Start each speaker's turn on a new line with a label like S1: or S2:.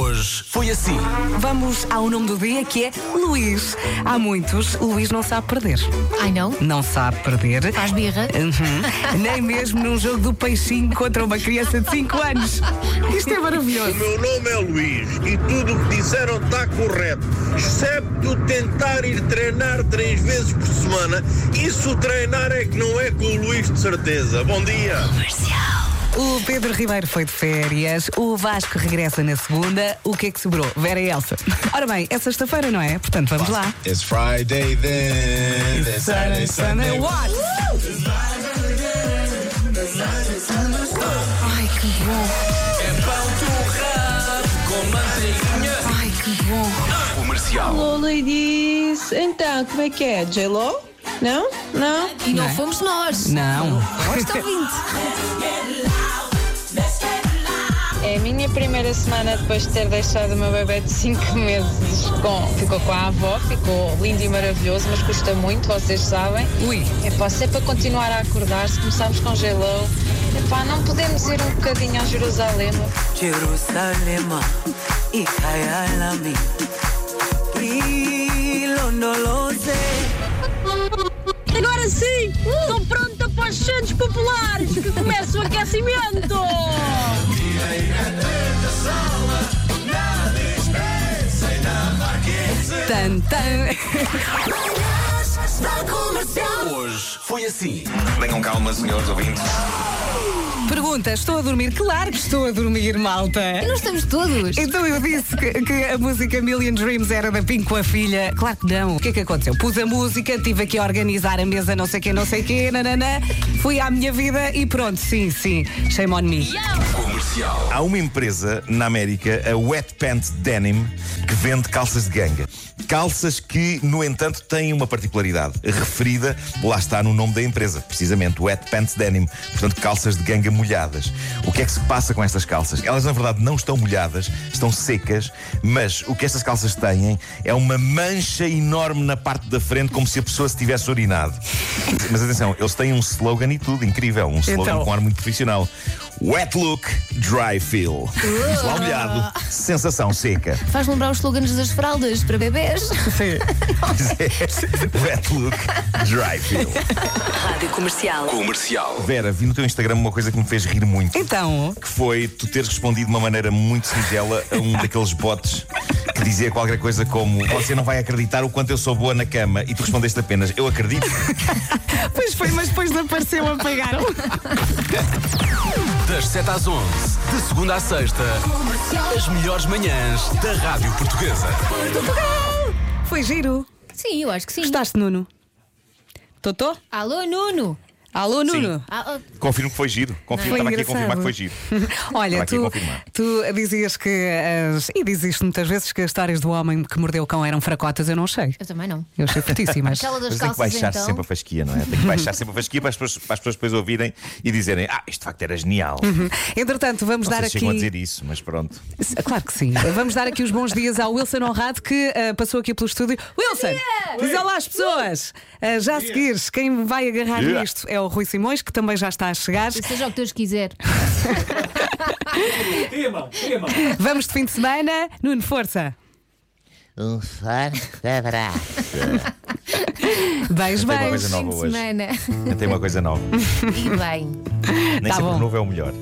S1: Hoje foi assim.
S2: Vamos ao nome do dia que é Luís. Há muitos, Luís não sabe perder.
S3: Ai não,
S2: Não sabe perder.
S3: faz birra.
S2: Uhum. Nem mesmo num jogo do peixinho contra uma criança de 5 anos. Isto é
S4: O
S2: maravilhoso.
S4: meu nome é Luís e tudo o que disseram está correto, excepto tentar ir treinar três vezes por semana. Isso treinar é que não é com o Luís de certeza. Bom dia.
S2: O Pedro Ribeiro foi de férias, o Vasco regressa na segunda. O que é que sobrou? Vera e Elsa. Ora bem, é sexta-feira, não é? Portanto, vamos lá.
S5: It's Friday then. It's Saturday, Sunday.
S2: what?
S3: Ai que bom, ai que bom.
S6: Alô, ladies. Então, como é que é? J-Lo? Não? Não?
S3: E não, fomos nós.
S2: Não.
S3: Agora está vindo.
S6: É a minha primeira semana depois de ter deixado o meu bebê de 5 meses. Com, ficou com a avó, ficou lindo e maravilhoso, mas custa muito, vocês sabem.
S2: Ui.
S6: É pá, se é para continuar a acordar, se começarmos com J-Lo, é pá, não podemos ir um bocadinho a Jerusalém.
S7: Jerusalema ikayalami ilondoloze
S8: Agora sim, estou pronta para os Santos Populares, que começa o aquecimento!
S2: Tan, tan.
S1: Hoje foi assim.
S9: Tenham calma, senhores ouvintes.
S2: Pergunta: estou a dormir? Claro que estou a dormir, malta.
S3: E nós estamos todos.
S2: Então eu disse que, que a música Million Dreams era da Pink com a filha. Claro que não. O que é que aconteceu? Pus a música, tive aqui a organizar a mesa, não sei quê, não sei quê, nananã. Fui à minha vida e pronto, sim, sim. Shame on me.
S9: Há uma empresa na América, a Wet Pant Denim, que vende calças de ganga. Calças que, no entanto, têm uma particularidade, referida, lá está no nome da empresa, precisamente, Wet Pant Denim. Portanto, calças de ganga molhadas. O que é que se passa com estas calças? Elas, na verdade, não estão molhadas, estão secas, mas o que estas calças têm é uma mancha enorme na parte da frente, como se a pessoa se tivesse urinado. Mas atenção, eles têm um slogan e tudo, incrível. Um slogan
S2: Então.
S9: com ar muito profissional. Wet look, dry feel. Visual molhado, sensação seca.
S3: Faz Uh. lembrar os slogans das fraldas para bebés.
S2: Sim.
S9: Wet look, dry feel.
S7: Rádio Comercial
S9: Vera, vi no teu Instagram uma coisa que me fez rir muito.
S2: Então,
S9: que foi tu teres respondido de uma maneira muito singela a um daqueles bots que dizia qualquer coisa como você não vai acreditar o quanto eu sou boa na cama e tu respondeste apenas eu acredito.
S2: pois foi, mas depois apareceu, apagaram.
S1: Das 7 às 11, de segunda à sexta, as melhores manhãs da Rádio Portuguesa.
S2: Foi giro.
S3: Sim, eu acho que sim.
S2: Gostaste, Nuno? Totó?
S3: Alô, Nuno.
S2: Alô, Nuno?
S3: Ah,
S9: Confirmo que foi giro. Confirmo,
S2: Foi
S9: estava aqui a
S2: engraçado.
S9: confirmar que foi giro.
S2: Olha,
S9: Estava
S2: tu,
S9: aqui a confirmar.
S2: tu dizias que. as- e dizes muitas vezes que as histórias do homem que mordeu o cão eram fracotas, eu não achei.
S3: eu também não.
S2: Eu achei fortíssimas.
S3: Aquela das
S9: Mas tem que
S3: calças
S9: baixar
S3: então.
S9: sempre a fasquia, não é? Tem que baixar sempre a fasquia para as pessoas, para as pessoas depois ouvirem e dizerem ah, isto de facto era genial. Não
S2: Entretanto, vamos
S9: sei
S2: Uhum. dar
S9: se chegam a
S2: aqui.
S9: dizer isso, mas pronto.
S2: S- Claro que sim. Vamos dar aqui os bons dias ao Wilson Honrado que ah, passou aqui pelo estúdio. Wilson, diz olá às pessoas. Ah, já a seguir, quem vai agarrar
S9: Yeah.
S2: nisto é o Rui Simões, que também já está a chegar.
S3: Seja o que Deus quiser.
S2: Vamos de fim de semana. Nuno, força.
S10: Um forte abraço.
S2: Beijo,
S9: Tem uma
S2: beijo.
S9: coisa
S3: Fim
S9: nova
S3: de
S9: hoje.
S3: semana.
S9: Tem uma coisa nova.
S3: E bem.
S9: Nem
S2: Tá
S9: sempre
S2: bom.
S9: o novo é o melhor.